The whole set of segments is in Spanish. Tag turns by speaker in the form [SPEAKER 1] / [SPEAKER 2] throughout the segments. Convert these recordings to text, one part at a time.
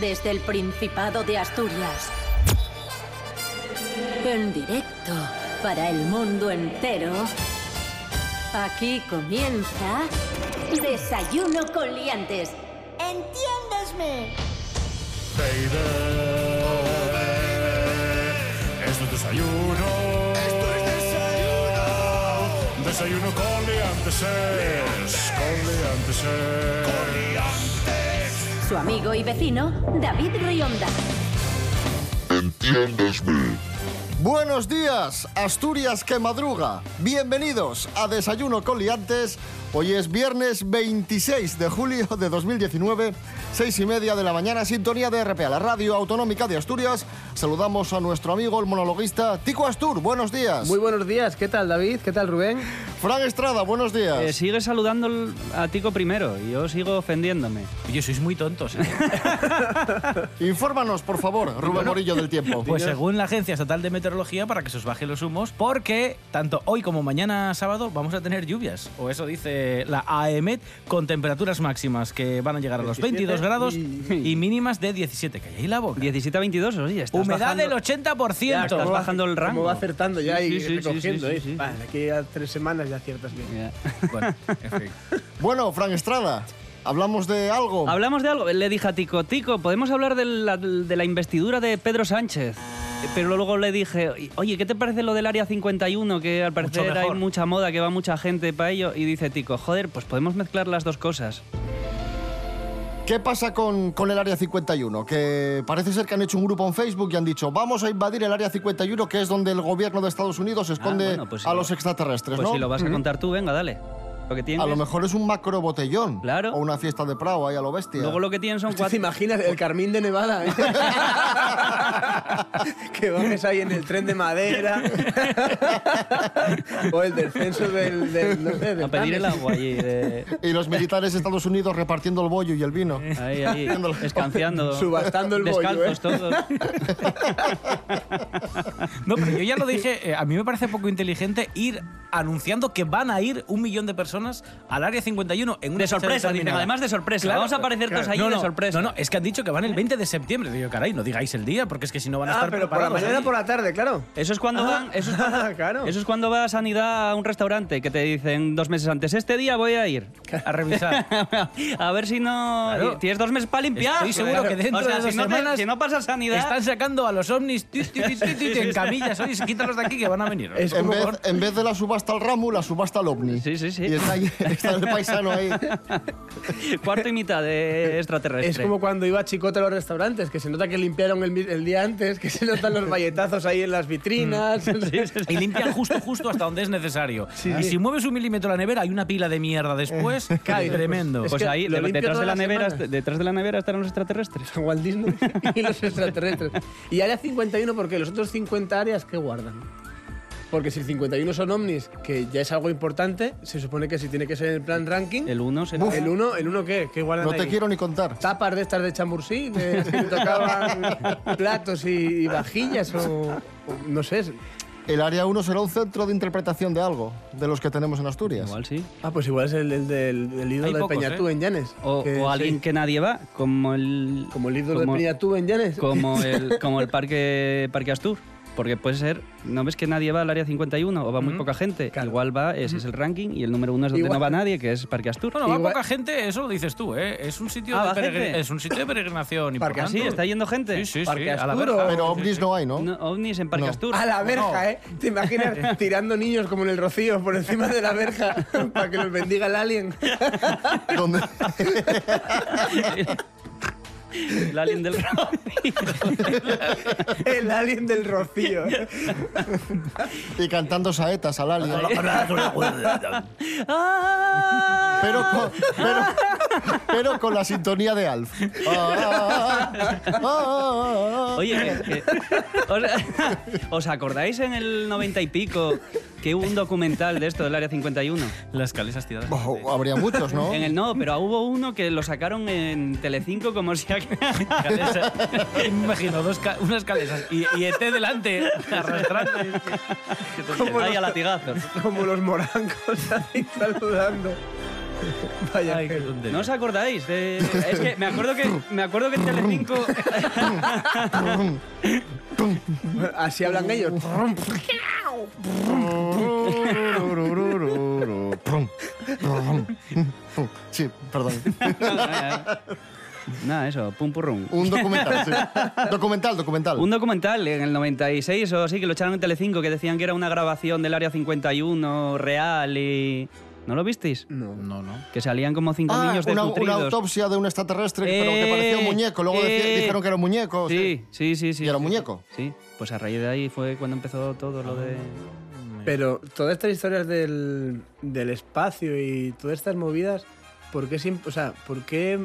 [SPEAKER 1] desde el Principado de Asturias. En directo para el mundo entero. Aquí comienza Desayuno con Liantes.
[SPEAKER 2] ¡Entiéndesme!
[SPEAKER 3] Baby, oh, baby, esto es desayuno. Esto es desayuno. Desayuno con liantes. Con liantes. Con
[SPEAKER 1] Su amigo y vecino, David Rionda.
[SPEAKER 4] Entiéndesme.
[SPEAKER 5] Buenos días, Asturias que madruga. Bienvenidos a Desayuno con Liantes. Hoy es viernes 26 de julio de 2019, seis y media de la mañana, sintonía de RPA, la radio autonómica de Asturias. Saludamos a nuestro amigo, el monologuista Tico Astur. Buenos días.
[SPEAKER 6] Muy buenos días, ¿qué tal David? ¿Qué tal Rubén?
[SPEAKER 5] Fran Estrada, buenos días.
[SPEAKER 7] Eh, sigue saludando l- a Tico primero y yo sigo ofendiéndome.
[SPEAKER 8] Oye, sois muy tontos. ¿eh?
[SPEAKER 5] Infórmanos, por favor, Rubén Morillo del Tiempo.
[SPEAKER 8] Pues según la Agencia Estatal de Meteorología, para que se os bajen los humos, porque tanto hoy como mañana sábado vamos a tener lluvias. O eso dice la E AEMET, con temperaturas máximas que van a llegar a los 22 grados y mínimas de 17. Que ahí la boca.
[SPEAKER 7] 17 a 22, oye, ya estás
[SPEAKER 8] Humedad
[SPEAKER 7] bajando-
[SPEAKER 8] del 80%.
[SPEAKER 7] Ya, estás
[SPEAKER 6] Como va-
[SPEAKER 7] bajando el rango.
[SPEAKER 6] Como va acertando ya
[SPEAKER 7] Sí,
[SPEAKER 6] y
[SPEAKER 7] sí, sí,
[SPEAKER 6] recogiendo.
[SPEAKER 7] sí,
[SPEAKER 6] ¿eh?
[SPEAKER 7] sí, sí.
[SPEAKER 6] Vale, aquí a tres semanas ya aciertas bien.
[SPEAKER 7] Ya.
[SPEAKER 8] Bueno, en fin.
[SPEAKER 5] Bueno, Fran Estrada, hablamos de algo.
[SPEAKER 7] Hablamos de algo, le dije a Tico, Tico, podemos hablar de la, de la investidura de Pedro Sánchez. Eh, Pero luego le dije, oye, ¿qué te parece lo del Área 51? Que al parecer hay
[SPEAKER 8] mejor.
[SPEAKER 7] mucha moda, que va mucha gente para ello. Y dice Tico, joder, pues podemos mezclar las dos cosas.
[SPEAKER 5] ¿Qué pasa con, con el Área 51? Que parece ser que han hecho un grupo en Facebook y han dicho, vamos a invadir el Área 51, que es donde el gobierno de Estados Unidos esconde
[SPEAKER 7] bueno, pues si
[SPEAKER 5] a
[SPEAKER 7] lo-
[SPEAKER 5] los extraterrestres,
[SPEAKER 7] Pues
[SPEAKER 5] ¿no?
[SPEAKER 7] si lo vas a contar tú, venga, dale. Lo que tienes,
[SPEAKER 5] A lo mejor es un macro botellón.
[SPEAKER 7] Claro.
[SPEAKER 5] O una fiesta de Prado ahí a lo bestia.
[SPEAKER 7] Luego lo que tienes son
[SPEAKER 6] ¿Te
[SPEAKER 7] cuatro...
[SPEAKER 6] imaginas el Carmín de Nevada? eh? que bajes ahí en el tren de madera. o el descenso del... del- no sé, del
[SPEAKER 7] A pedir el
[SPEAKER 6] Támesis.
[SPEAKER 7] agua allí. de-
[SPEAKER 5] Y los militares de Estados Unidos repartiendo el bollo y el vino.
[SPEAKER 7] Ahí, ahí, escanciando.
[SPEAKER 6] Subastando el bollo,
[SPEAKER 7] Descalzos
[SPEAKER 6] ¿eh?
[SPEAKER 7] todos.
[SPEAKER 8] No, pero yo ya lo dije, eh, a mí me parece poco inteligente ir anunciando que van a ir un millón de personas al Área 51 en una
[SPEAKER 7] De
[SPEAKER 8] fecha
[SPEAKER 7] sorpresa, dicen,
[SPEAKER 8] determinada.
[SPEAKER 7] además de sorpresa.
[SPEAKER 8] Claro,
[SPEAKER 7] Vamos a aparecer todos
[SPEAKER 8] claro.
[SPEAKER 7] allí
[SPEAKER 8] no, no,
[SPEAKER 7] de sorpresa.
[SPEAKER 8] No, no, es que han dicho que van el 20 de septiembre. Digo, caray, no digáis el día, porque es que si no van a
[SPEAKER 6] Ah,
[SPEAKER 8] estar
[SPEAKER 6] pero por la
[SPEAKER 8] preparados
[SPEAKER 6] mañana
[SPEAKER 8] ahí.
[SPEAKER 6] por la tarde, claro.
[SPEAKER 7] Eso es cuando
[SPEAKER 6] Ah,
[SPEAKER 7] ¿eh? van, eso es cuando,
[SPEAKER 6] claro.
[SPEAKER 7] eso es cuando va a sanidad a un restaurante que te dicen dos meses antes, este día voy a ir.
[SPEAKER 8] A revisar.
[SPEAKER 7] a ver si no.
[SPEAKER 8] Claro.
[SPEAKER 7] Tienes dos meses para limpiar.
[SPEAKER 8] Estoy seguro que dentro
[SPEAKER 7] O sea,
[SPEAKER 8] de dos
[SPEAKER 7] si no te-
[SPEAKER 8] semanas
[SPEAKER 7] si no pasa sanidad.
[SPEAKER 8] Están sacando a los ovnis tu, tu, tu, tu, tu, en camillas. Oye, quítalos de aquí que van a venir.
[SPEAKER 6] Es
[SPEAKER 5] En
[SPEAKER 6] como
[SPEAKER 5] vez,
[SPEAKER 6] con-
[SPEAKER 5] en vez de la subasta al ramo, la subasta al ovni.
[SPEAKER 7] Sí, sí, sí.
[SPEAKER 5] Y está, ahí- está el paisano ahí.
[SPEAKER 7] Cuarto y mitad de extraterrestre.
[SPEAKER 6] Es como cuando iba Chicote a los restaurantes, que se nota que limpiaron el, mi- el día antes, que se notan los valletazos ahí en las vitrinas.
[SPEAKER 7] Mm.
[SPEAKER 8] Y limpian justo, justo hasta donde es necesario.
[SPEAKER 6] Sí,
[SPEAKER 8] y
[SPEAKER 6] sí.
[SPEAKER 8] si mueves un milímetro la nevera, hay una pila de mierda después.
[SPEAKER 6] claro,
[SPEAKER 8] que tremendo.
[SPEAKER 6] pues,
[SPEAKER 7] Pues
[SPEAKER 6] Es que
[SPEAKER 7] ahí,
[SPEAKER 6] lo
[SPEAKER 7] de-
[SPEAKER 6] limpio
[SPEAKER 7] detrás,
[SPEAKER 6] toda
[SPEAKER 7] de la
[SPEAKER 6] la
[SPEAKER 7] nevera, este-
[SPEAKER 6] semana.
[SPEAKER 7] detrás de la nevera estarán los extraterrestres.
[SPEAKER 6] Walt Disney y los extraterrestres. Y área 51, ¿por qué? Los otros 50 áreas, ¿qué guardan? Porque si el 51 son ovnis, que ya es algo importante, se supone que si tiene que ser en el plan ranking,
[SPEAKER 7] El uno será.
[SPEAKER 6] el 1, el 1 ¿qué? ¿Qué guardan
[SPEAKER 5] No te
[SPEAKER 6] ahí?
[SPEAKER 5] quiero ni contar.
[SPEAKER 6] ¿Tapas de estas de chambursí? De, que tocaban platos y, y vajillas o, o No sé.
[SPEAKER 5] El área 1 será un centro de interpretación de algo, de los que tenemos en Asturias.
[SPEAKER 7] Igual sí.
[SPEAKER 6] Ah, pues igual es el, el del, del ídolo
[SPEAKER 8] Hay
[SPEAKER 6] de
[SPEAKER 8] pocos,
[SPEAKER 6] Peñatú
[SPEAKER 8] ¿eh?
[SPEAKER 6] en Llanes.
[SPEAKER 7] O,
[SPEAKER 6] que-
[SPEAKER 7] o alguien
[SPEAKER 6] sí.
[SPEAKER 7] que nadie va, como el.
[SPEAKER 6] Como el ídolo
[SPEAKER 7] como-
[SPEAKER 6] de Peñatú en Llanes.
[SPEAKER 7] Como el, como el parque, parque Astur. Porque puede ser, ¿no ves que nadie va al área 51 o va muy poca gente?
[SPEAKER 6] Claro.
[SPEAKER 7] Igual va, ese es el ranking y el número uno es donde
[SPEAKER 6] Igual-
[SPEAKER 7] no va nadie, que es Parque Astur.
[SPEAKER 8] Bueno, va
[SPEAKER 6] Igual-
[SPEAKER 8] poca gente, eso lo dices tú, ¿eh? Es un sitio,
[SPEAKER 7] Ah, va
[SPEAKER 8] de, peregr-
[SPEAKER 7] gente.
[SPEAKER 8] es un sitio de peregrinación
[SPEAKER 6] Parque
[SPEAKER 7] Ah,
[SPEAKER 8] importante.
[SPEAKER 7] sí, está yendo gente.
[SPEAKER 8] Sí, sí,
[SPEAKER 6] Parque
[SPEAKER 8] sí, a la
[SPEAKER 6] Asturo.
[SPEAKER 8] verja.
[SPEAKER 5] Pero
[SPEAKER 8] Sí,
[SPEAKER 5] ovnis
[SPEAKER 8] sí.
[SPEAKER 5] no hay, ¿no?
[SPEAKER 7] No, ovnis en Parque
[SPEAKER 5] No.
[SPEAKER 7] Astur.
[SPEAKER 6] A la verja, ¿eh? ¿Te imaginas tirando niños como en el rocío por encima de la verja para que los bendiga el alien?
[SPEAKER 5] Donde-
[SPEAKER 7] El alien del
[SPEAKER 6] El alien del rocío. ¿eh?
[SPEAKER 5] y cantando saetas al área.
[SPEAKER 7] ¡Ah!
[SPEAKER 5] Pero con, pero, pero con la sintonía de Alf. Ah, ah, ah, ah, ah.
[SPEAKER 7] Oye, que- que- o sea, ¿os acordáis en el 90 y pico que hubo un documental de esto del área 51?
[SPEAKER 8] Las calesas tiradas.
[SPEAKER 5] Ojo, habría muchos, ¿no?
[SPEAKER 7] En el no, pero hubo uno que lo sacaron en Telecinco como si
[SPEAKER 8] Calesa. Me imagino dos ca- unas calesas y, y ET delante arrastrando.
[SPEAKER 7] Ahí a latigazos.
[SPEAKER 6] Como los morancos ahí saludando. Vaya.
[SPEAKER 8] Ay, qué tontería.
[SPEAKER 7] ¿No os acordáis? de- Es que me acuerdo que, me acuerdo que en Telecinco...
[SPEAKER 6] Así
[SPEAKER 7] Uh.
[SPEAKER 6] hablan ellos.
[SPEAKER 5] Sí, perdón.
[SPEAKER 7] Nada, eso, pum purrum.
[SPEAKER 5] Un documental, sí. Documental, documental.
[SPEAKER 7] Un documental en el 96 o así que lo echaron en Telecinco que decían que era una grabación del Área 51 real y... ¿No lo visteis?
[SPEAKER 8] No, no.
[SPEAKER 7] Que salían como cinco
[SPEAKER 5] Ah,
[SPEAKER 7] niños
[SPEAKER 5] una,
[SPEAKER 7] desnutridos.
[SPEAKER 5] una autopsia de un extraterrestre, pero que
[SPEAKER 7] Eh,
[SPEAKER 5] parecía un muñeco. Luego decía-
[SPEAKER 7] eh.
[SPEAKER 5] dijeron que era un muñeco.
[SPEAKER 7] Sí, sí, sí, sí.
[SPEAKER 5] ¿Y era un
[SPEAKER 7] sí,
[SPEAKER 5] muñeco?
[SPEAKER 7] Sí. Pues a raíz de ahí fue cuando empezó todo lo de...
[SPEAKER 5] Ah.
[SPEAKER 6] Pero todas estas historias del, del espacio y todas estas movidas, ¿por qué siempre, o sea, por qué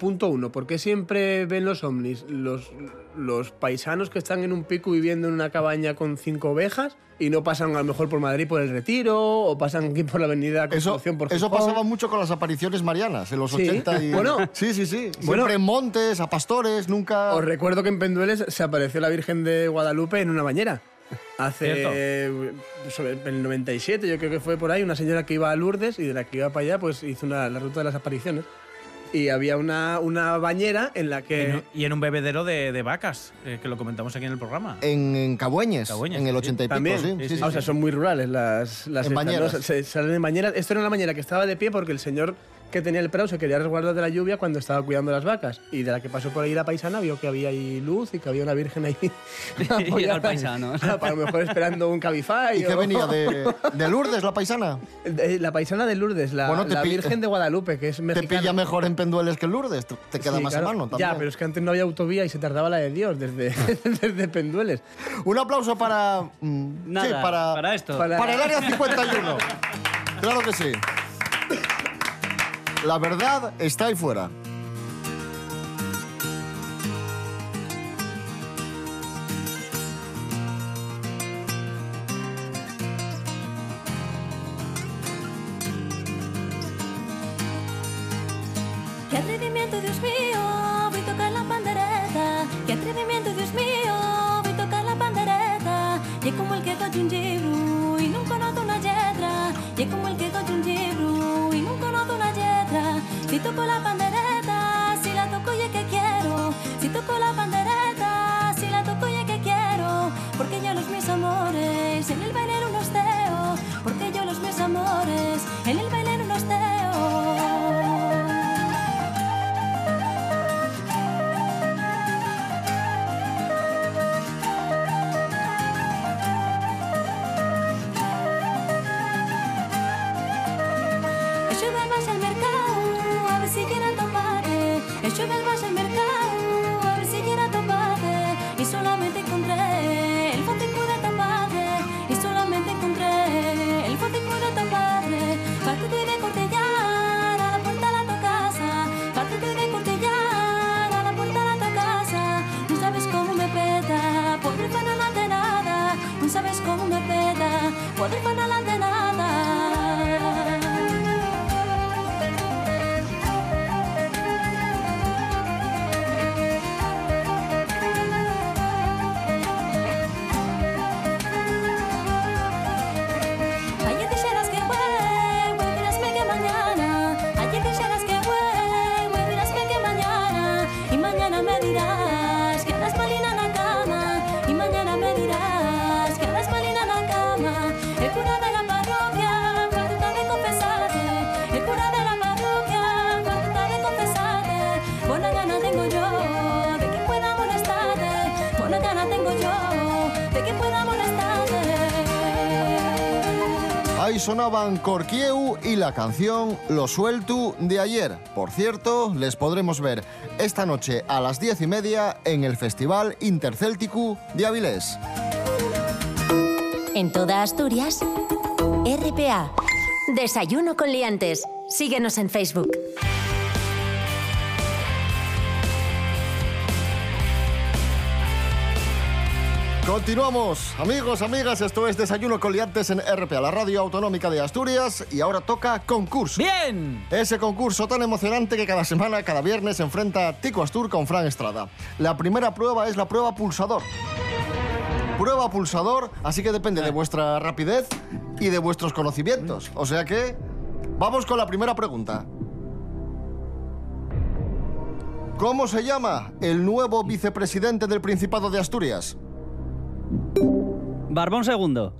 [SPEAKER 6] punto uno, por qué siempre ven los ovnis los, los paisanos que están en un pico viviendo en una cabaña con cinco ovejas y no pasan a lo mejor por Madrid por el Retiro o pasan aquí por la Avenida
[SPEAKER 5] Eso,
[SPEAKER 6] Constitución por
[SPEAKER 5] eso
[SPEAKER 6] Gijón?
[SPEAKER 5] pasaba mucho con las apariciones marianas en los
[SPEAKER 6] Sí.
[SPEAKER 5] 80 y...
[SPEAKER 6] Bueno.
[SPEAKER 5] sí, sí, sí. Siempre
[SPEAKER 6] Bueno.
[SPEAKER 5] en montes, a pastores, nunca...
[SPEAKER 6] Os recuerdo que en Pendueles se apareció la Virgen de Guadalupe en una bañera. Hace sobre el 97, yo creo que fue por ahí, una señora que iba a Lourdes y de la que iba para allá, pues hizo una- la ruta de las apariciones. Y había una, una bañera en la
[SPEAKER 8] Y
[SPEAKER 6] que...
[SPEAKER 8] en- Y en un bebedero de, de vacas, eh, que lo comentamos aquí en el programa.
[SPEAKER 5] En, en Cabueñes,
[SPEAKER 8] Cabueñes,
[SPEAKER 5] en el
[SPEAKER 8] sí.
[SPEAKER 5] 80 y pico,
[SPEAKER 6] También,
[SPEAKER 5] sí, sí, sí,
[SPEAKER 6] Ah, o sea,
[SPEAKER 5] sí.
[SPEAKER 6] son muy rurales las, las
[SPEAKER 5] En
[SPEAKER 6] estas,
[SPEAKER 5] bañeras.
[SPEAKER 6] ¿no? Se- salen en bañeras. Esto era una bañera que estaba de pie porque el señor que tenía el prado se quería resguardar de la lluvia cuando estaba cuidando las vacas. Y de la que pasó por ahí la paisana vio que había ahí luz y que había una virgen ahí.
[SPEAKER 7] Y al paisano.
[SPEAKER 6] Ah, para lo mejor esperando un cabify.
[SPEAKER 5] ¿Y qué
[SPEAKER 6] o-
[SPEAKER 5] venía? ¿De, de Lourdes, la paisana?
[SPEAKER 6] De- La paisana de Lourdes, la,
[SPEAKER 5] Bueno, te
[SPEAKER 6] la
[SPEAKER 5] pi-
[SPEAKER 6] Virgen de Guadalupe, que es
[SPEAKER 5] Te
[SPEAKER 6] mexicana.
[SPEAKER 5] pilla mejor en Pendueles que en Lourdes, te- te queda
[SPEAKER 6] Sí,
[SPEAKER 5] más
[SPEAKER 6] claro.
[SPEAKER 5] a mano también.
[SPEAKER 6] Ya, pero es que antes no había autovía y se tardaba la de Dios desde, desde Pendueles.
[SPEAKER 5] Un aplauso para... mm,
[SPEAKER 7] Nada,
[SPEAKER 5] sí, para,
[SPEAKER 7] para esto.
[SPEAKER 6] para-
[SPEAKER 5] para el Área 51. claro que sí. La verdad está ahí fuera.
[SPEAKER 2] Qué atrevimiento, Dios mío, voy a tocar la pandereta. Qué atrevimiento, Dios mío, voy a tocar la pandereta. Y es como el que coge un libro y nunca nota una letra. Y es como el que coge un libro y nunca nota una letra. Si toco la pandereta, si la toco y es que quiero. Si toco la pandereta, si la toco y es que quiero. Porque yo los mis amores en el baile era un osteo. Porque yo los mis amores en el baile era un osteo. Eixugar vas al mercado, a ver si Eh, quiera tomate. Eixugar vas al mercado, a ver si quiera tomate. Y solamente encontré el botico de tomate. Eh, Y solamente encontré el botico de tomate. Partido Eh, de cortellar a la puerta de tu casa. Partido de cortellar a la puerta de tu casa. No sabes cómo me peta, pobre fanalán de nada. No sabes cómo me peta, pobre fanalán de nada. Ayer dijeras que güey, güey, dirásme que mañana. Ayer dijeras que güey, güey, dirásme que mañana. Y mañana me dirás que andas malina en la cama. Y mañana me dirás que andas malina en la cama. El cura de la parroquia, falta de confesarte. El cura de la parroquia, falta de confesarte. Buena gana tengo yo de que pueda molestarte. Buena gana tengo yo de que pueda molestarte.
[SPEAKER 5] Ahí sonaban Corquieu y la canción Lo suelto de ayer. Por cierto, les podremos ver esta noche a las diez y media en el Festival Intercelticu de Avilés.
[SPEAKER 4] En toda Asturias, RPA. Desayuno con liantes. Síguenos en Facebook.
[SPEAKER 5] Continuamos, amigos, amigas, esto es Desayuno con Liantes en RPA, la radio autonómica de Asturias, y ahora toca concurso.
[SPEAKER 8] ¡Bien!
[SPEAKER 5] Ese concurso tan emocionante que cada semana, cada viernes, enfrenta a Tico Astur con Fran Estrada. La primera prueba es la prueba pulsador. Prueba pulsador, así que depende de vuestra rapidez y de vuestros conocimientos. O sea que Vamos con la primera pregunta. ¿Cómo se llama el nuevo vicepresidente del Principado de Asturias?
[SPEAKER 7] Barbón segundo.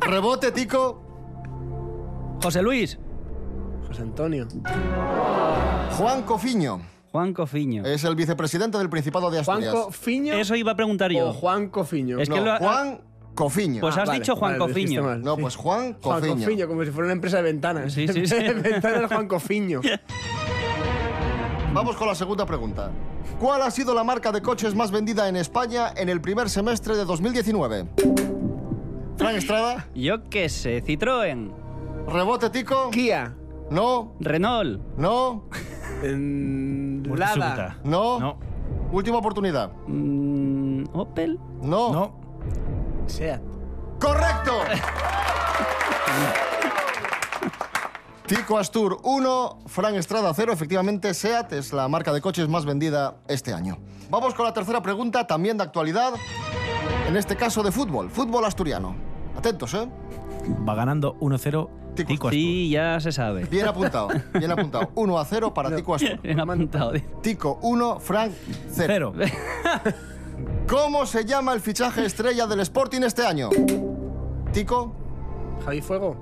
[SPEAKER 5] Rebote, Tico.
[SPEAKER 7] José Luis.
[SPEAKER 9] José Antonio.
[SPEAKER 5] Juan Cofiño
[SPEAKER 7] Juan Cofiño.
[SPEAKER 5] es el vicepresidente del Principado de
[SPEAKER 9] ¿Juan
[SPEAKER 5] Asturias.
[SPEAKER 9] Cofiño
[SPEAKER 7] Eso iba a preguntar yo.
[SPEAKER 9] o Juan Cofiño?
[SPEAKER 7] Es
[SPEAKER 5] No,
[SPEAKER 7] que lo ha-
[SPEAKER 5] Juan Cofiño.
[SPEAKER 7] Pues
[SPEAKER 9] Ah,
[SPEAKER 7] has
[SPEAKER 9] vale,
[SPEAKER 7] dicho Juan
[SPEAKER 9] vale, lo dijiste
[SPEAKER 7] Cofiño.
[SPEAKER 9] mal,
[SPEAKER 5] no,
[SPEAKER 9] sí.
[SPEAKER 5] pues Juan
[SPEAKER 9] Juan
[SPEAKER 5] Cofiño.
[SPEAKER 9] Cofiño, como si fuera una empresa de ventanas.
[SPEAKER 7] Sí, sí, sí.
[SPEAKER 9] Ventanas Juan Cofiño.
[SPEAKER 5] Vamos con la segunda pregunta. ¿Cuál ha sido la marca de coches más vendida en España en el primer semestre de 2019? Frank Estrada,
[SPEAKER 7] Yo qué sé, Citroën,
[SPEAKER 5] rebote tico.
[SPEAKER 9] Kia.
[SPEAKER 5] No,
[SPEAKER 7] Renault,
[SPEAKER 5] no,
[SPEAKER 9] en
[SPEAKER 8] Muerte
[SPEAKER 9] Lada.
[SPEAKER 8] súbita.
[SPEAKER 5] no.
[SPEAKER 8] No,
[SPEAKER 5] Última oportunidad.
[SPEAKER 7] mm, Opel.
[SPEAKER 5] No.
[SPEAKER 8] no.
[SPEAKER 9] Seat.
[SPEAKER 5] ¡Correcto! Tico Astur 1, Fran Estrada 0. Efectivamente, SEAT es la marca de coches más vendida este año. Vamos con la tercera pregunta, también de actualidad. En este caso de fútbol, fútbol asturiano. Atentos, ¿eh?
[SPEAKER 8] Va ganando 1-0
[SPEAKER 5] Tico.
[SPEAKER 8] Tico Astur.
[SPEAKER 7] Pues Sí, ya se sabe.
[SPEAKER 5] Bien apuntado, bien apuntado. 1 a 0 para Tico Astur.
[SPEAKER 7] He apuntado.
[SPEAKER 5] Tico 1, Frank 0.
[SPEAKER 8] Cero.
[SPEAKER 5] ¿Cómo se llama el fichaje estrella del Sporting este año? Tico,
[SPEAKER 9] Javi Fuego.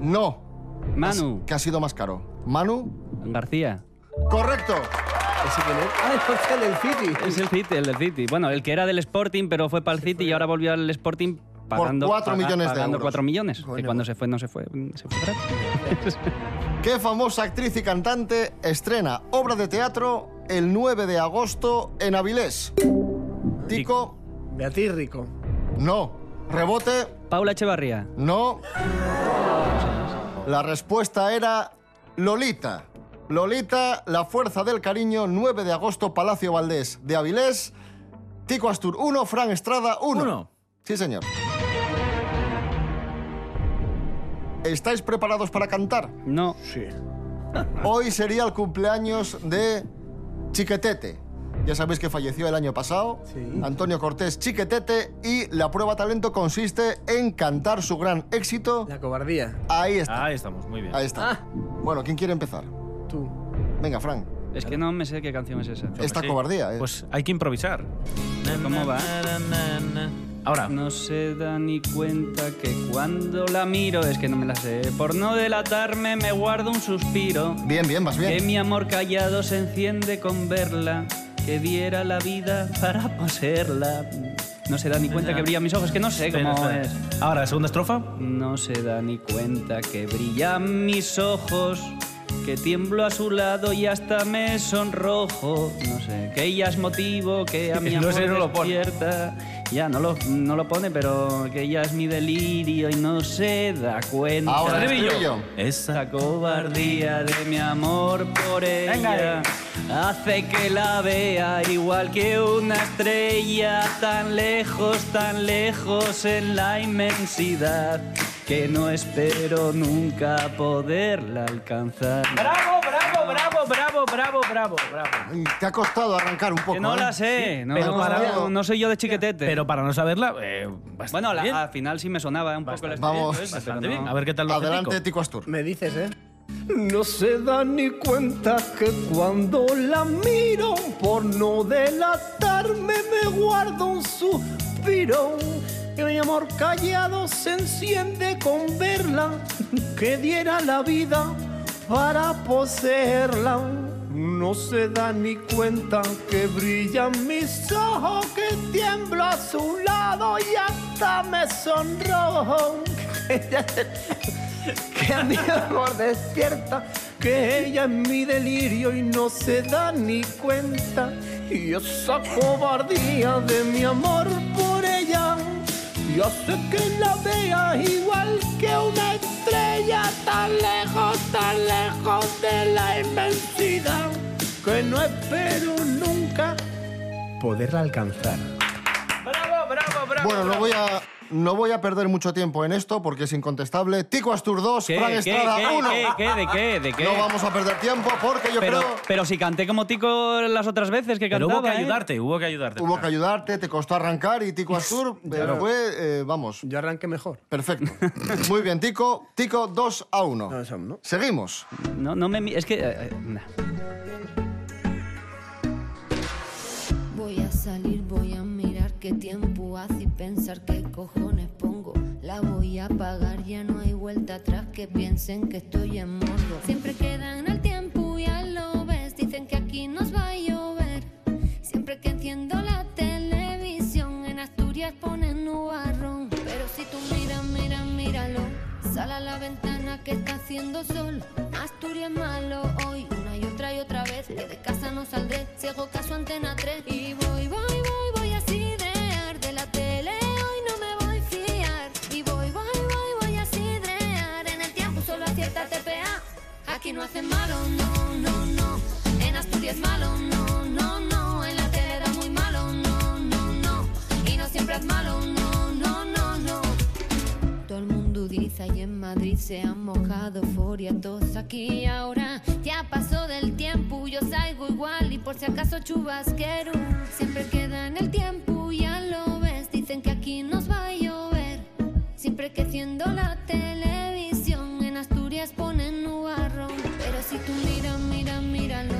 [SPEAKER 5] no.
[SPEAKER 7] Manu,
[SPEAKER 5] Que ha sido más caro. Manu,
[SPEAKER 7] García.
[SPEAKER 5] correcto.
[SPEAKER 9] ¿Ese quién es? Ah, es el del City.
[SPEAKER 7] Es el City, el del City. Bueno, el que era del Sporting, pero fue para el City y ahora volvió al Sporting pagando,
[SPEAKER 5] cuatro
[SPEAKER 7] paga-
[SPEAKER 5] millones de
[SPEAKER 7] pagando
[SPEAKER 5] euros.
[SPEAKER 7] 4 millones. Que
[SPEAKER 9] Coño.
[SPEAKER 7] cuando se fue, no se fue. mm, Se fue gratis.
[SPEAKER 5] ¿Qué famosa actriz y cantante estrena obra de teatro el 9 de agosto en Avilés? Tico,
[SPEAKER 9] Beatriz Rico.
[SPEAKER 5] no. Rebote,
[SPEAKER 7] Paula Echevarría.
[SPEAKER 5] no. La respuesta era Lolita. Lolita, la fuerza del cariño, 9 de agosto, Palacio Valdés de Avilés. Tico Astur 1, Fran Estrada 1.
[SPEAKER 8] Uno.
[SPEAKER 5] Sí, señor. ¿Estáis preparados para cantar?
[SPEAKER 7] No.
[SPEAKER 9] Sí.
[SPEAKER 5] Hoy sería el cumpleaños de Chiquetete. Ya sabéis que falleció el año pasado.
[SPEAKER 9] Sí.
[SPEAKER 5] Antonio Cortés Chiquetete y la prueba talento consiste en cantar su gran éxito.
[SPEAKER 9] La cobardía.
[SPEAKER 5] Ahí está.
[SPEAKER 8] Ahí estamos, muy bien.
[SPEAKER 5] Ahí está.
[SPEAKER 9] Ah.
[SPEAKER 5] Bueno, ¿quién quiere empezar?
[SPEAKER 9] Tú.
[SPEAKER 5] Venga, Frank.
[SPEAKER 7] Es que no me sé qué canción es esa.
[SPEAKER 5] Esta
[SPEAKER 8] sí.
[SPEAKER 5] cobardía. eh.
[SPEAKER 8] Pues hay que improvisar.
[SPEAKER 7] ¿Cómo va?
[SPEAKER 8] Ahora.
[SPEAKER 7] No se da ni cuenta que cuando la miro es que no me la sé. Por no delatarme me guardo un suspiro.
[SPEAKER 5] Bien, bien, vas
[SPEAKER 7] Que
[SPEAKER 5] bien.
[SPEAKER 7] mi amor callado se enciende con verla. Que diera la vida para poseerla. No se da ni cuenta que brillan mis ojos. Que no sé
[SPEAKER 8] Espera,
[SPEAKER 7] cómo
[SPEAKER 8] espera.
[SPEAKER 7] es.
[SPEAKER 8] Ahora, la segunda estrofa.
[SPEAKER 7] No se da ni cuenta que brillan mis ojos, que tiemblo a su lado y hasta me sonrojo. No sé, que ella es motivo, que a mi
[SPEAKER 8] No
[SPEAKER 7] amor
[SPEAKER 8] sé, no lo pone.
[SPEAKER 7] despierta. Ya, no lo, no lo pone, pero que ella es mi delirio y no se da cuenta.
[SPEAKER 5] Ahora, estribillo.
[SPEAKER 8] Esa.
[SPEAKER 7] La cobardía de mi amor por ella
[SPEAKER 8] Venga, eh.
[SPEAKER 7] hace que la vea igual que una estrella tan lejos, tan lejos en la inmensidad que no espero nunca poderla alcanzar.
[SPEAKER 8] Bravo, bravo, bravo, bravo, bravo, bravo, bravo.
[SPEAKER 5] Ay, Te ha costado arrancar un poco.
[SPEAKER 7] Que no
[SPEAKER 5] ¿eh?
[SPEAKER 7] la sé, no,
[SPEAKER 8] pero
[SPEAKER 7] no,
[SPEAKER 8] para-
[SPEAKER 7] no, no soy yo de chiquetete.
[SPEAKER 8] Pero para no saberla, eh, bastante
[SPEAKER 7] bueno, la-
[SPEAKER 8] bien.
[SPEAKER 7] al final sí me sonaba un poco la
[SPEAKER 5] Bastante. Vamos.
[SPEAKER 7] estrella, pero
[SPEAKER 8] Bastante
[SPEAKER 7] no.
[SPEAKER 8] bien. A ver qué tal lo hace
[SPEAKER 5] Adelante,
[SPEAKER 8] Tico.
[SPEAKER 5] Tico Astur.
[SPEAKER 9] Me dices, ¿eh? No se da ni cuenta que cuando la miro por no delatarme me guardo un suspiro. Que mi amor callado se enciende con verla, que diera la vida para poseerla. No se da ni cuenta que brillan mis ojos, que tiemblo a su lado y hasta me sonrojo. que a mi amor despierta, que ella es mi delirio y no se da ni cuenta. Y esa cobardía de mi amor por ella, yo sé que la vea igual que una estrella tan lejos, tan lejos de la inmensidad, que no espero nunca poderla alcanzar.
[SPEAKER 8] Bravo, bravo, bravo.
[SPEAKER 5] Bueno, no voy a No voy a perder mucho tiempo en esto porque es incontestable. Tico Astur 2,
[SPEAKER 7] ¿Qué?
[SPEAKER 5] Fran
[SPEAKER 7] ¿Qué?
[SPEAKER 5] Estrada
[SPEAKER 7] ¿Qué?
[SPEAKER 5] 1.
[SPEAKER 7] ¿Qué? ¿Qué? ¿De qué? ¿De qué?
[SPEAKER 5] No vamos a perder tiempo porque yo
[SPEAKER 7] pero,
[SPEAKER 5] creo
[SPEAKER 7] pero si canté como tico las otras veces que
[SPEAKER 8] Pero
[SPEAKER 7] cantaba.
[SPEAKER 8] hubo que
[SPEAKER 7] ¿eh?
[SPEAKER 8] ayudarte, hubo que ayudarte.
[SPEAKER 5] Hubo que ayudarte, te costó arrancar y Tico Astur eh, fue, eh, vamos,
[SPEAKER 6] Yo arranqué mejor.
[SPEAKER 5] perfecto. Muy bien, Tico. Tico 2 a 1.
[SPEAKER 6] No, eso no.
[SPEAKER 5] Seguimos.
[SPEAKER 7] No, no me. mi- Es que. eh, eh, nah.
[SPEAKER 10] Voy a salir, voy a mirar qué tiempo hace y pensar qué cojones pongo. La voy a pagar, ya no hay vuelta atrás que piensen que estoy en modo. Siempre quedan al tiempo, ya lo ves, dicen que aquí nos va a llover. Siempre que enciendo la televisión, en Asturias ponen nubarrón. Pero si tú miras, mira, míralo, sal a la ventana que está haciendo sol. Asturias malo hoy, una y otra y otra vez, que de casa no saldré, si hago caso a Antena 3. Y voy, voy, voy, voy así de de la tele, hoy no me voy a fiar. Y voy, voy, voy, voy así sidrear, en el tiempo solo acierta TPA. Aquí no hacen malo, no, no, no. En Asturias malo, no, no, no. En la tele da muy malo, no, no, no. Y no siempre es malo, no, no, no, no. Todo el mundo dice y en Madrid se han mojado euforia todos aquí y ahora ya pasó del tiempo yo salgo igual y por si acaso chubasquero siempre queda en el tiempo ya lo ves dicen que aquí nos va a llover siempre que enciendo la televisión en Asturias ponen nubarrón pero si tú miras mira míralo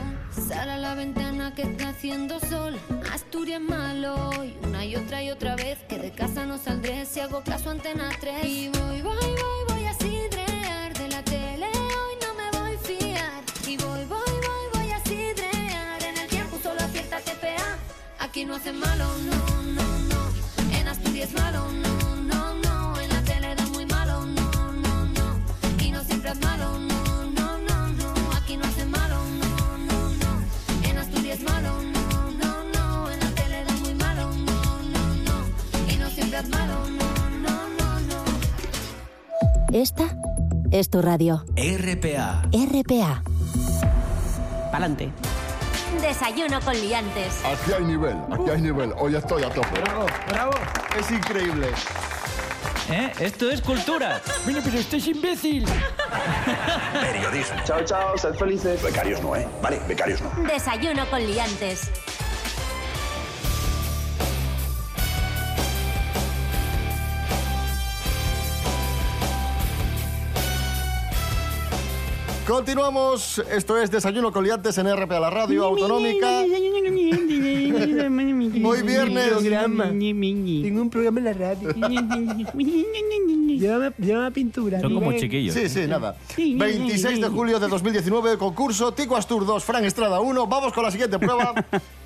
[SPEAKER 10] sal a la ventana que está haciendo sol Asturias malo hoy una y otra y otra vez que de casa no saldré si hago caso a Antena 3 y voy, voy, voy, voy a sidrear de la tele hoy no me voy a fiar y voy, voy, voy, voy a sidrear en el tiempo solo acierta TPA aquí no hacen malo, no, no, no en Asturias malo, no, no, no en la tele da muy malo, no, no, no y no siempre es malo, no, no, no, no aquí no hacen malo, no, no, no en Asturias malo, no, no, no en la tele da muy malo, no, no, no y no siempre es malo, no, no, no, no
[SPEAKER 4] Esta es tu radio.
[SPEAKER 7] RPA.
[SPEAKER 4] RPA.
[SPEAKER 1] Pa'lante.
[SPEAKER 4] Desayuno con liantes.
[SPEAKER 11] Aquí hay nivel, aquí hay nivel. Hoy estoy a tope.
[SPEAKER 8] Bravo, bravo.
[SPEAKER 5] Es increíble.
[SPEAKER 7] ¿Eh? Esto es cultura.
[SPEAKER 8] Bueno, pero este es imbécil.
[SPEAKER 12] Periodismo. Chao, chao, sed felices. Becarios no, ¿eh? Vale, becarios no.
[SPEAKER 4] Desayuno con liantes.
[SPEAKER 5] Continuamos. Esto es Desayuno con Liantes en RP a la radio autonómica. Hoy viernes.
[SPEAKER 6] Programa. Tengo un programa en la radio. Llévame, llévame a pintura.
[SPEAKER 8] Son como chiquillos.
[SPEAKER 5] Sí, sí, nada. 26 de julio de 2019, concurso Tico Astur 2, Fran Estrada 1. Vamos con la siguiente prueba.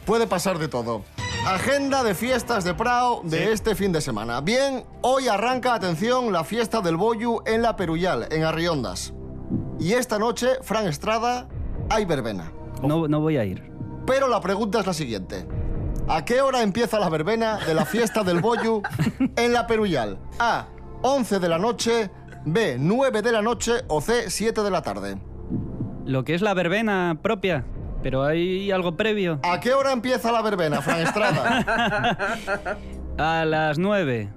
[SPEAKER 5] Puede pasar de todo. Agenda de fiestas de Prado de este fin de semana. Bien, hoy arranca, atención, la fiesta del Boyu en La Perullal, en Arriondas. Y esta noche, Fran Estrada, hay verbena.
[SPEAKER 7] No, no voy a ir.
[SPEAKER 5] Pero la pregunta es la siguiente. ¿A qué hora empieza la verbena de la fiesta del Boyu en la Perullal? A. 11 de la noche, B. 9 de la noche o C. 7 de la tarde.
[SPEAKER 7] Lo que es la verbena propia. Pero hay algo previo.
[SPEAKER 5] ¿A qué hora empieza la verbena, Fran Estrada?
[SPEAKER 7] A las nueve.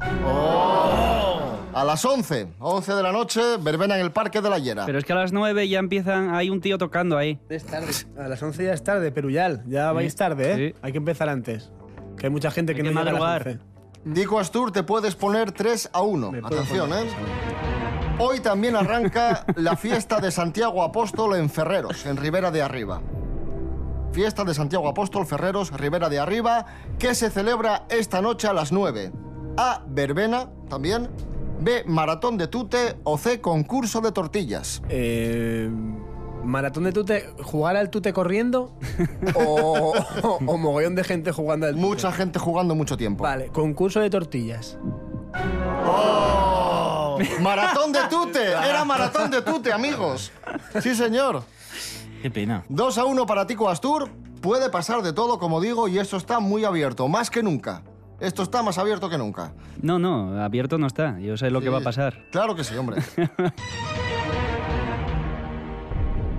[SPEAKER 5] A las 11. 11 de la noche, verbena en el Parque de la Llera.
[SPEAKER 7] Pero es que a las nueve ya empiezan. Hay un tío tocando ahí.
[SPEAKER 6] Es tarde. A las 11 ya es tarde, Peruyal. Ya vais tarde, ¿eh?
[SPEAKER 7] sí.
[SPEAKER 6] Hay que empezar antes. Que hay mucha gente que
[SPEAKER 7] Hay
[SPEAKER 6] no
[SPEAKER 7] que
[SPEAKER 6] llega a las
[SPEAKER 7] madrugar.
[SPEAKER 6] 11.
[SPEAKER 5] Dico Astur, te puedes poner 3 a 1.
[SPEAKER 6] Me puedo
[SPEAKER 5] Atención, ¿eh? Hoy también arranca la fiesta de Santiago Apóstol en Ferreros, en Ribera de Arriba. Fiesta de Santiago Apóstol, Ferreros, Ribera de Arriba, que se celebra esta noche a las 9. A. Verbena, también. B. Maratón de Tute. O C. Concurso de Tortillas.
[SPEAKER 6] Eh, maratón de tute. ¿Jugar al tute corriendo? o, o- o mogollón de gente jugando al tute.
[SPEAKER 5] Mucha gente jugando mucho tiempo.
[SPEAKER 6] Vale, concurso de tortillas.
[SPEAKER 5] Oh. Maratón de Tute. Era Maratón de Tute, amigos. Sí, señor.
[SPEAKER 8] Qué pena.
[SPEAKER 5] 2 a 1 para Tico Astur. Puede pasar de todo, como digo, y esto está muy abierto, más que nunca. Esto está más abierto que nunca.
[SPEAKER 7] No, no, abierto no está. Yo sé lo que va a pasar.
[SPEAKER 5] Claro que sí, hombre.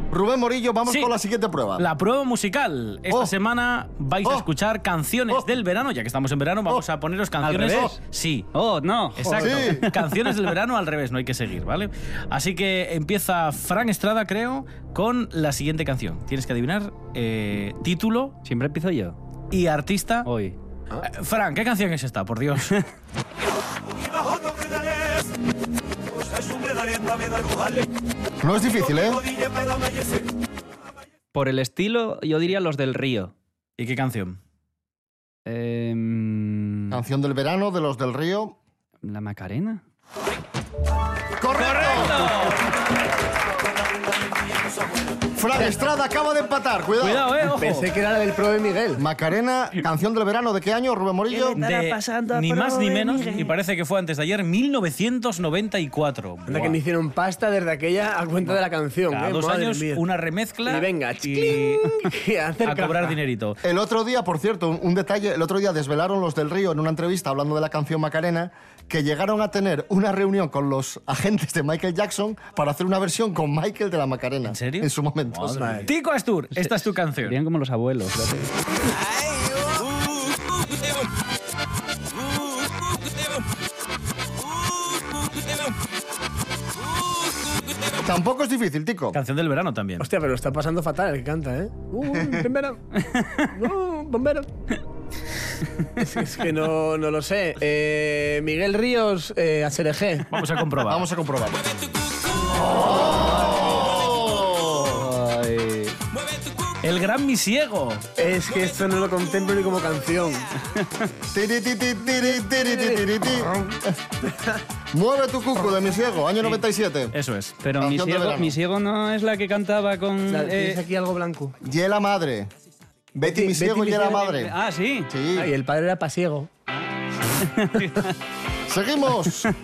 [SPEAKER 5] Rubén Morillo, vamos
[SPEAKER 8] Sí.
[SPEAKER 5] con la siguiente prueba.
[SPEAKER 8] La prueba musical. Esta
[SPEAKER 5] Oh.
[SPEAKER 8] semana vais a
[SPEAKER 5] Oh.
[SPEAKER 8] escuchar canciones del verano, ya que estamos en verano, vamos a poneros canciones.
[SPEAKER 7] revés.
[SPEAKER 8] Sí,
[SPEAKER 7] Oh, no.
[SPEAKER 8] exacto.
[SPEAKER 5] Sí.
[SPEAKER 8] Canciones del verano al revés, no hay que seguir, ¿vale? Así que empieza Fran Estrada, creo, con la siguiente canción. Tienes que adivinar eh, título
[SPEAKER 7] Siempre empiezo yo.
[SPEAKER 8] y artista.
[SPEAKER 6] Oh.
[SPEAKER 7] Hoy.
[SPEAKER 8] Eh, Fran, ¿qué canción es esta? Por Dios.
[SPEAKER 5] No es difícil, ¿eh?
[SPEAKER 7] Por el estilo, yo diría los del río.
[SPEAKER 8] ¿Y qué canción?
[SPEAKER 7] Em,
[SPEAKER 5] Canción del verano de los del río.
[SPEAKER 7] ¿La Macarena?
[SPEAKER 5] ¡Correcto! Fran Estrada acaba de empatar, cuidado.
[SPEAKER 8] Cuidado, eh, ojo.
[SPEAKER 6] Pensé que era la del Pro de Miguel.
[SPEAKER 5] Macarena, canción del verano, ¿de qué año, Rubén Morillo?
[SPEAKER 8] De ni más ni menos, y parece que fue antes de ayer, 1994.
[SPEAKER 6] Anda que
[SPEAKER 8] Buah.
[SPEAKER 6] me hicieron pasta desde aquella a cuenta de la canción.
[SPEAKER 8] Cada
[SPEAKER 6] ¿eh?
[SPEAKER 8] dos
[SPEAKER 6] Madre
[SPEAKER 8] años,
[SPEAKER 6] mía.
[SPEAKER 8] una remezcla.
[SPEAKER 6] Y venga,
[SPEAKER 8] y
[SPEAKER 6] a hacer
[SPEAKER 8] a cobrar
[SPEAKER 6] caja.
[SPEAKER 8] dinerito.
[SPEAKER 5] El otro día, por cierto, un- un detalle, el otro día desvelaron los del Río en una entrevista hablando de la canción Macarena que llegaron a tener una reunión con los agentes de Michael Jackson para hacer una versión con Michael de la Macarena.
[SPEAKER 8] ¿En serio?
[SPEAKER 5] En su momento.
[SPEAKER 8] Madre
[SPEAKER 5] sí.
[SPEAKER 8] mía. Tico Astur,
[SPEAKER 6] Este
[SPEAKER 8] esta es tu canción.
[SPEAKER 7] Serían como los abuelos. ¿verdad?
[SPEAKER 5] Tampoco es difícil, Tico.
[SPEAKER 8] Canción del verano también.
[SPEAKER 6] Hostia, pero lo está pasando fatal el que canta, ¿eh? ¡Uh, bombero! ¡Uh, bombero! es, es que no, no lo sé. Eh, Miguel Ríos, eh, HLG.
[SPEAKER 8] Vamos a comprobar.
[SPEAKER 5] Vamos a comprobar.
[SPEAKER 8] El gran misiego.
[SPEAKER 6] Es que esto no lo contemplo ni como canción.
[SPEAKER 5] Tiri, ti, ti, tiri, tiri, ti, tiri, ti. Mueve tu cucu de mi ciego, año 97.
[SPEAKER 8] Eso es.
[SPEAKER 7] Pero mi
[SPEAKER 5] Canción de
[SPEAKER 7] ciego,
[SPEAKER 5] verano.
[SPEAKER 7] mi ciego no es la que cantaba con.
[SPEAKER 6] La-
[SPEAKER 7] eh,
[SPEAKER 6] ¿Tienes aquí algo blanco?
[SPEAKER 5] Y la madre. Betty,
[SPEAKER 6] Betty-
[SPEAKER 5] mi ciego
[SPEAKER 6] Betty,
[SPEAKER 5] y
[SPEAKER 6] mi
[SPEAKER 5] la
[SPEAKER 6] ciego,
[SPEAKER 5] madre.
[SPEAKER 7] Ah, sí.
[SPEAKER 5] Sí.
[SPEAKER 6] Ay, el padre era pasiego.
[SPEAKER 5] Seguimos.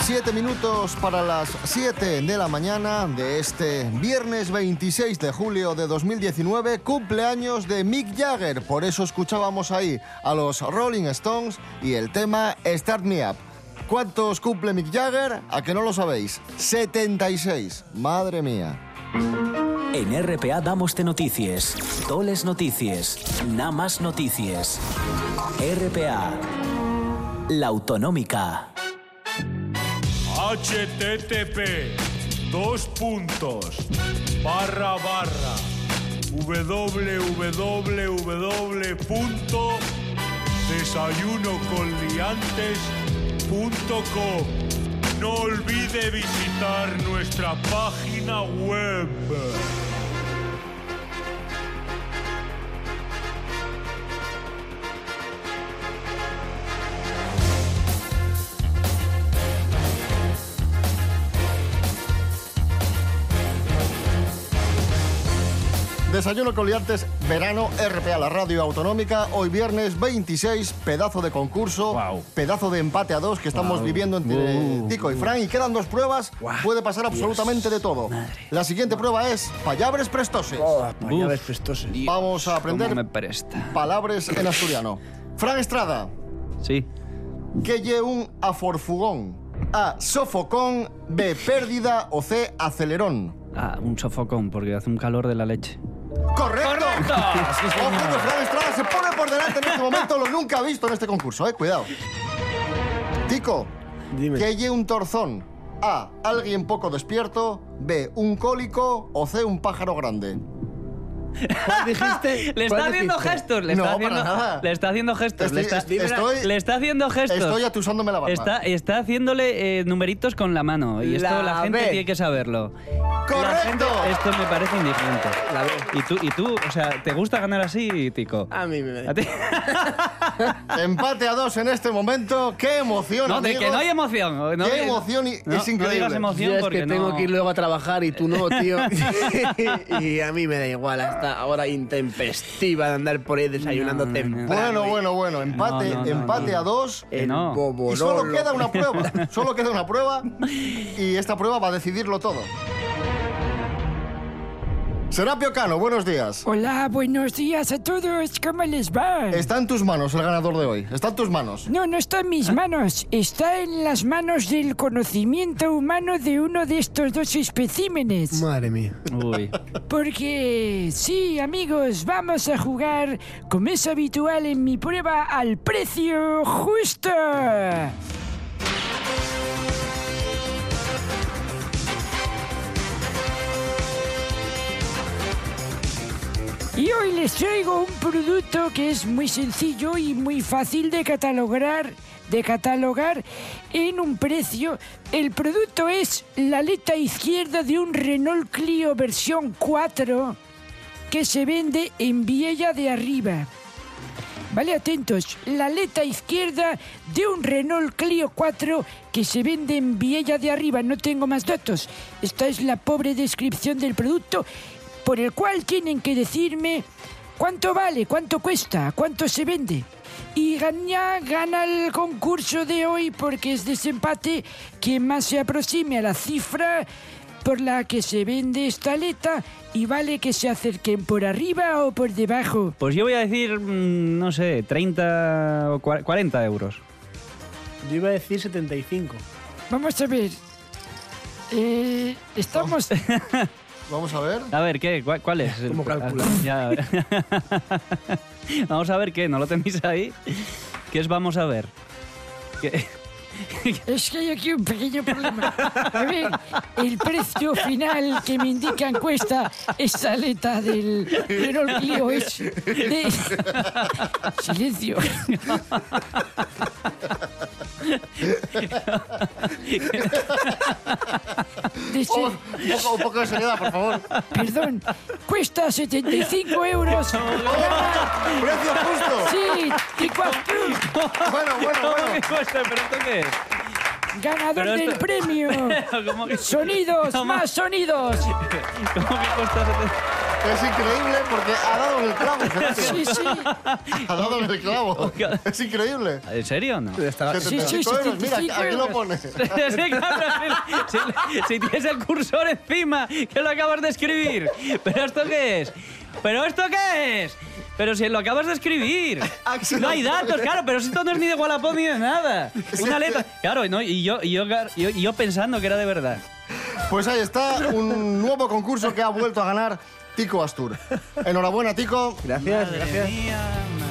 [SPEAKER 5] Siete minutos para las 7 de la mañana de este viernes 26 de julio de 2019, cumpleaños de Mick Jagger. Por eso escuchábamos ahí a los Rolling Stones y el tema Start Me Up. ¿Cuántos cumple Mick Jagger? A que no lo sabéis. 76. Madre mía.
[SPEAKER 13] En RPA damos de noticias, toles noticias, nada más noticias. RPA, la autonómica.
[SPEAKER 3] HTTP, dos puntos, barra barra, www.desayunoconliantes.com. No olvide visitar nuestra página web.
[SPEAKER 5] Desayuno con liantes, verano, RPA, la radio autonómica. Hoy viernes 26, pedazo de concurso, pedazo de empate a dos que estamos
[SPEAKER 14] Wow.
[SPEAKER 5] viviendo entre
[SPEAKER 14] Uh,
[SPEAKER 5] Tico y
[SPEAKER 14] uh.
[SPEAKER 5] Fran. Y quedan dos pruebas, puede pasar
[SPEAKER 14] Dios.
[SPEAKER 5] absolutamente de todo. La siguiente prueba es palabras prestoses.
[SPEAKER 14] Oh,
[SPEAKER 7] pues,
[SPEAKER 6] Palabras prestoses.
[SPEAKER 5] Vamos a aprender
[SPEAKER 7] me presta.
[SPEAKER 5] palabras en asturiano. Fran Estrada,
[SPEAKER 7] Sí.
[SPEAKER 5] que lle un aforfugón? A. Sofocón. B. Pérdida. O C. Acelerón.
[SPEAKER 7] Ah, un sofocón, porque hace un calor de la leche.
[SPEAKER 5] ¡Correcto! Ojo que Fran Estrada se pone por delante en este momento, lo nunca ha visto en este concurso, eh, cuidado. Tico, que haya un torzón. A. Alguien poco despierto. B. Un cólico. O C. Un pájaro grande.
[SPEAKER 7] Le está haciendo gestos, le
[SPEAKER 5] No,
[SPEAKER 7] está
[SPEAKER 5] para
[SPEAKER 7] haciendo,
[SPEAKER 5] nada.
[SPEAKER 7] le está haciendo gestos,
[SPEAKER 5] Estoy-
[SPEAKER 7] le, está,
[SPEAKER 5] est- estoy-
[SPEAKER 7] le está haciendo gestos.
[SPEAKER 5] estoy atusándome la barba.
[SPEAKER 7] Está, está haciéndole eh, numeritos con la mano y esto
[SPEAKER 5] La
[SPEAKER 7] la, gente
[SPEAKER 5] B.
[SPEAKER 7] tiene que saberlo. La gente-
[SPEAKER 5] ¡Correcto!
[SPEAKER 7] esto me parece indignante. Y tú, y tú, o sea, ¿te gusta ganar así, Tico?
[SPEAKER 5] Ah,
[SPEAKER 6] A mí me
[SPEAKER 7] ¿A ti?
[SPEAKER 5] Empate a dos en este momento. ¡Qué emoción,
[SPEAKER 7] No, de que
[SPEAKER 5] amigos!
[SPEAKER 7] no hay emoción. no
[SPEAKER 5] ¡Qué
[SPEAKER 7] hay-
[SPEAKER 5] emoción! y-
[SPEAKER 7] no,
[SPEAKER 5] es
[SPEAKER 7] no
[SPEAKER 5] increíble.
[SPEAKER 7] digas emoción
[SPEAKER 6] Yo es
[SPEAKER 7] porque
[SPEAKER 6] que tengo
[SPEAKER 7] no-
[SPEAKER 6] que ir luego a trabajar y tú no, tío. y a mí me da igual hasta ahora intempestiva de andar por ahí desayunando temprano.
[SPEAKER 5] Bueno, bueno, bueno. Empate,
[SPEAKER 6] No, no, no,
[SPEAKER 5] empate
[SPEAKER 6] no.
[SPEAKER 5] a dos.
[SPEAKER 6] El
[SPEAKER 7] no.
[SPEAKER 6] bobololo.
[SPEAKER 5] Y solo queda una prueba. Solo queda una prueba. Y esta prueba va a decidirlo todo. Serapio Cano, buenos días.
[SPEAKER 15] Hola, buenos días a todos. ¿Cómo les va?
[SPEAKER 5] Está en tus manos el ganador de hoy. Está en tus manos.
[SPEAKER 15] No, no está en mis manos. Está en las manos del conocimiento humano de uno de estos dos especímenes.
[SPEAKER 6] Madre mía.
[SPEAKER 7] Uy.
[SPEAKER 15] Porque, sí, amigos, vamos a jugar, como es habitual en mi prueba, al precio justo. Y hoy les traigo un producto que es muy sencillo y muy fácil de catalogar, de catalogar en un precio. El producto es la aleta izquierda de un Renault Clio versión 4 que se vende en Viella de Arriba. Vale, atentos. La aleta izquierda de un Renault Clio 4 que se vende en Viella de Arriba. No tengo más datos. Esta es la pobre descripción del producto por el cual tienen que decirme cuánto vale, cuánto cuesta, cuánto se vende. Y gana, gana el concurso de hoy porque es desempate quien más se aproxime a la cifra por la que se vende esta aleta y vale que se acerquen por arriba o por debajo.
[SPEAKER 7] Pues yo voy a decir, mm, no sé, 30 o cua- 40 euros.
[SPEAKER 6] Yo iba a decir 75.
[SPEAKER 15] Vamos a ver. Eh, estamos.
[SPEAKER 5] Vamos a ver.
[SPEAKER 7] A ver, ¿qué? ¿Cuál, cuál es? Ah,
[SPEAKER 6] ¿Cómo calculas?
[SPEAKER 7] Ya, a ver. vamos a ver qué, ¿no lo tenéis ahí? ¿Qué es vamos a ver? ¿Qué?
[SPEAKER 15] Es que hay aquí un pequeño problema. A ver, el precio final que me indican cuesta esta aleta del Renault Clio es de... Silencio. De
[SPEAKER 5] Oh, un, poco, un poco de seriedad, por favor.
[SPEAKER 15] Perdón, cuesta 75 euros.
[SPEAKER 5] ¡Precio justo!
[SPEAKER 15] Sí, Tico Azul.
[SPEAKER 5] Bueno, bueno, bueno.
[SPEAKER 7] ¿Pero esto qué es?
[SPEAKER 15] Ganador
[SPEAKER 7] Pero
[SPEAKER 15] del
[SPEAKER 7] esto-
[SPEAKER 15] premio.
[SPEAKER 7] ¿Cómo que-
[SPEAKER 15] Sonidos,
[SPEAKER 7] ¿Cómo?
[SPEAKER 15] más sonidos.
[SPEAKER 7] ¿Cómo que cuesta 70?
[SPEAKER 5] Es increíble porque ha dado en el clavo, Serapio.
[SPEAKER 15] Sí, sí.
[SPEAKER 5] Ha dado en el clavo. Es increíble.
[SPEAKER 7] ¿En serio o no?
[SPEAKER 5] Oh, Sí, sí, 75 euros, mira, 75 aquí lo pone.
[SPEAKER 7] Sí, claro, si, si- si tienes el cursor encima, que lo acabas de escribir. ¿Pero esto qué es? ¿Pero esto qué es? Pero si lo acabas de escribir. No hay datos, claro, pero si esto no es ni de Wallapop ni de nada. Una letra. Claro, y no, y yo, y yo, y yo- y yo pensando que era de verdad.
[SPEAKER 5] Pues ahí está un nuevo concurso que ha vuelto a ganar Tico Astur. Enhorabuena, Tico.
[SPEAKER 6] Gracias, gracias.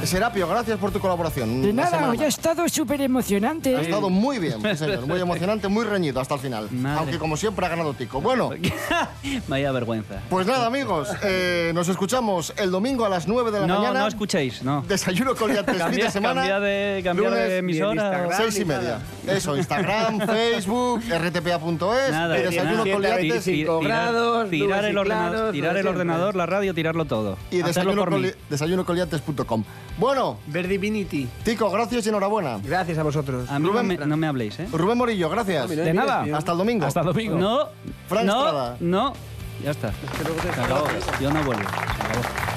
[SPEAKER 5] Serapio, gracias por tu colaboración.
[SPEAKER 15] De
[SPEAKER 5] Una
[SPEAKER 15] nada,
[SPEAKER 5] semana
[SPEAKER 15] hoy ha estado ¿eh? súper emocionante.
[SPEAKER 5] Ha estado muy bien, sí, señor. Muy emocionante, muy reñido hasta el final. Aunque como siempre ha ganado Tico. Bueno,
[SPEAKER 7] Vaya vergüenza.
[SPEAKER 5] pues nada, amigos. eh, nos escuchamos el domingo a las 9 de la
[SPEAKER 7] No,
[SPEAKER 5] mañana.
[SPEAKER 7] no escuchéis, no.
[SPEAKER 5] Desayuno con liantes fin de
[SPEAKER 7] Cambia-
[SPEAKER 5] semana.
[SPEAKER 7] cambia de- cambia
[SPEAKER 5] lunes,
[SPEAKER 7] de emisora.
[SPEAKER 5] ni en Instagram, Seis y
[SPEAKER 7] ni
[SPEAKER 5] media.
[SPEAKER 7] nada.
[SPEAKER 5] Eso, Instagram, Facebook, rtpa.es.
[SPEAKER 7] Nada,
[SPEAKER 5] y desayuno
[SPEAKER 7] nada.
[SPEAKER 5] con liantes.
[SPEAKER 7] Ti- ti- tirar- tirar el ordenador, tirar el ordenador, la radio, tirarlo todo.
[SPEAKER 5] Y
[SPEAKER 7] Hacerlo
[SPEAKER 5] desayuno
[SPEAKER 7] por
[SPEAKER 5] con
[SPEAKER 7] mí.
[SPEAKER 5] li- desayunocoliantes.com. Bueno.
[SPEAKER 6] Verdivinity.
[SPEAKER 5] Tico, gracias y enhorabuena.
[SPEAKER 6] Gracias Ah, a vosotros.
[SPEAKER 8] Ah,
[SPEAKER 7] A mí no me, no me habléis, ¿eh?
[SPEAKER 5] Rubén Morillo, gracias.
[SPEAKER 7] De nada.
[SPEAKER 5] Hasta el domingo.
[SPEAKER 7] Hasta el domingo. No,
[SPEAKER 5] Fran
[SPEAKER 7] no,
[SPEAKER 5] Estrada.
[SPEAKER 7] no. Ya está. Se acabó. Yo no vuelvo. Se acabó.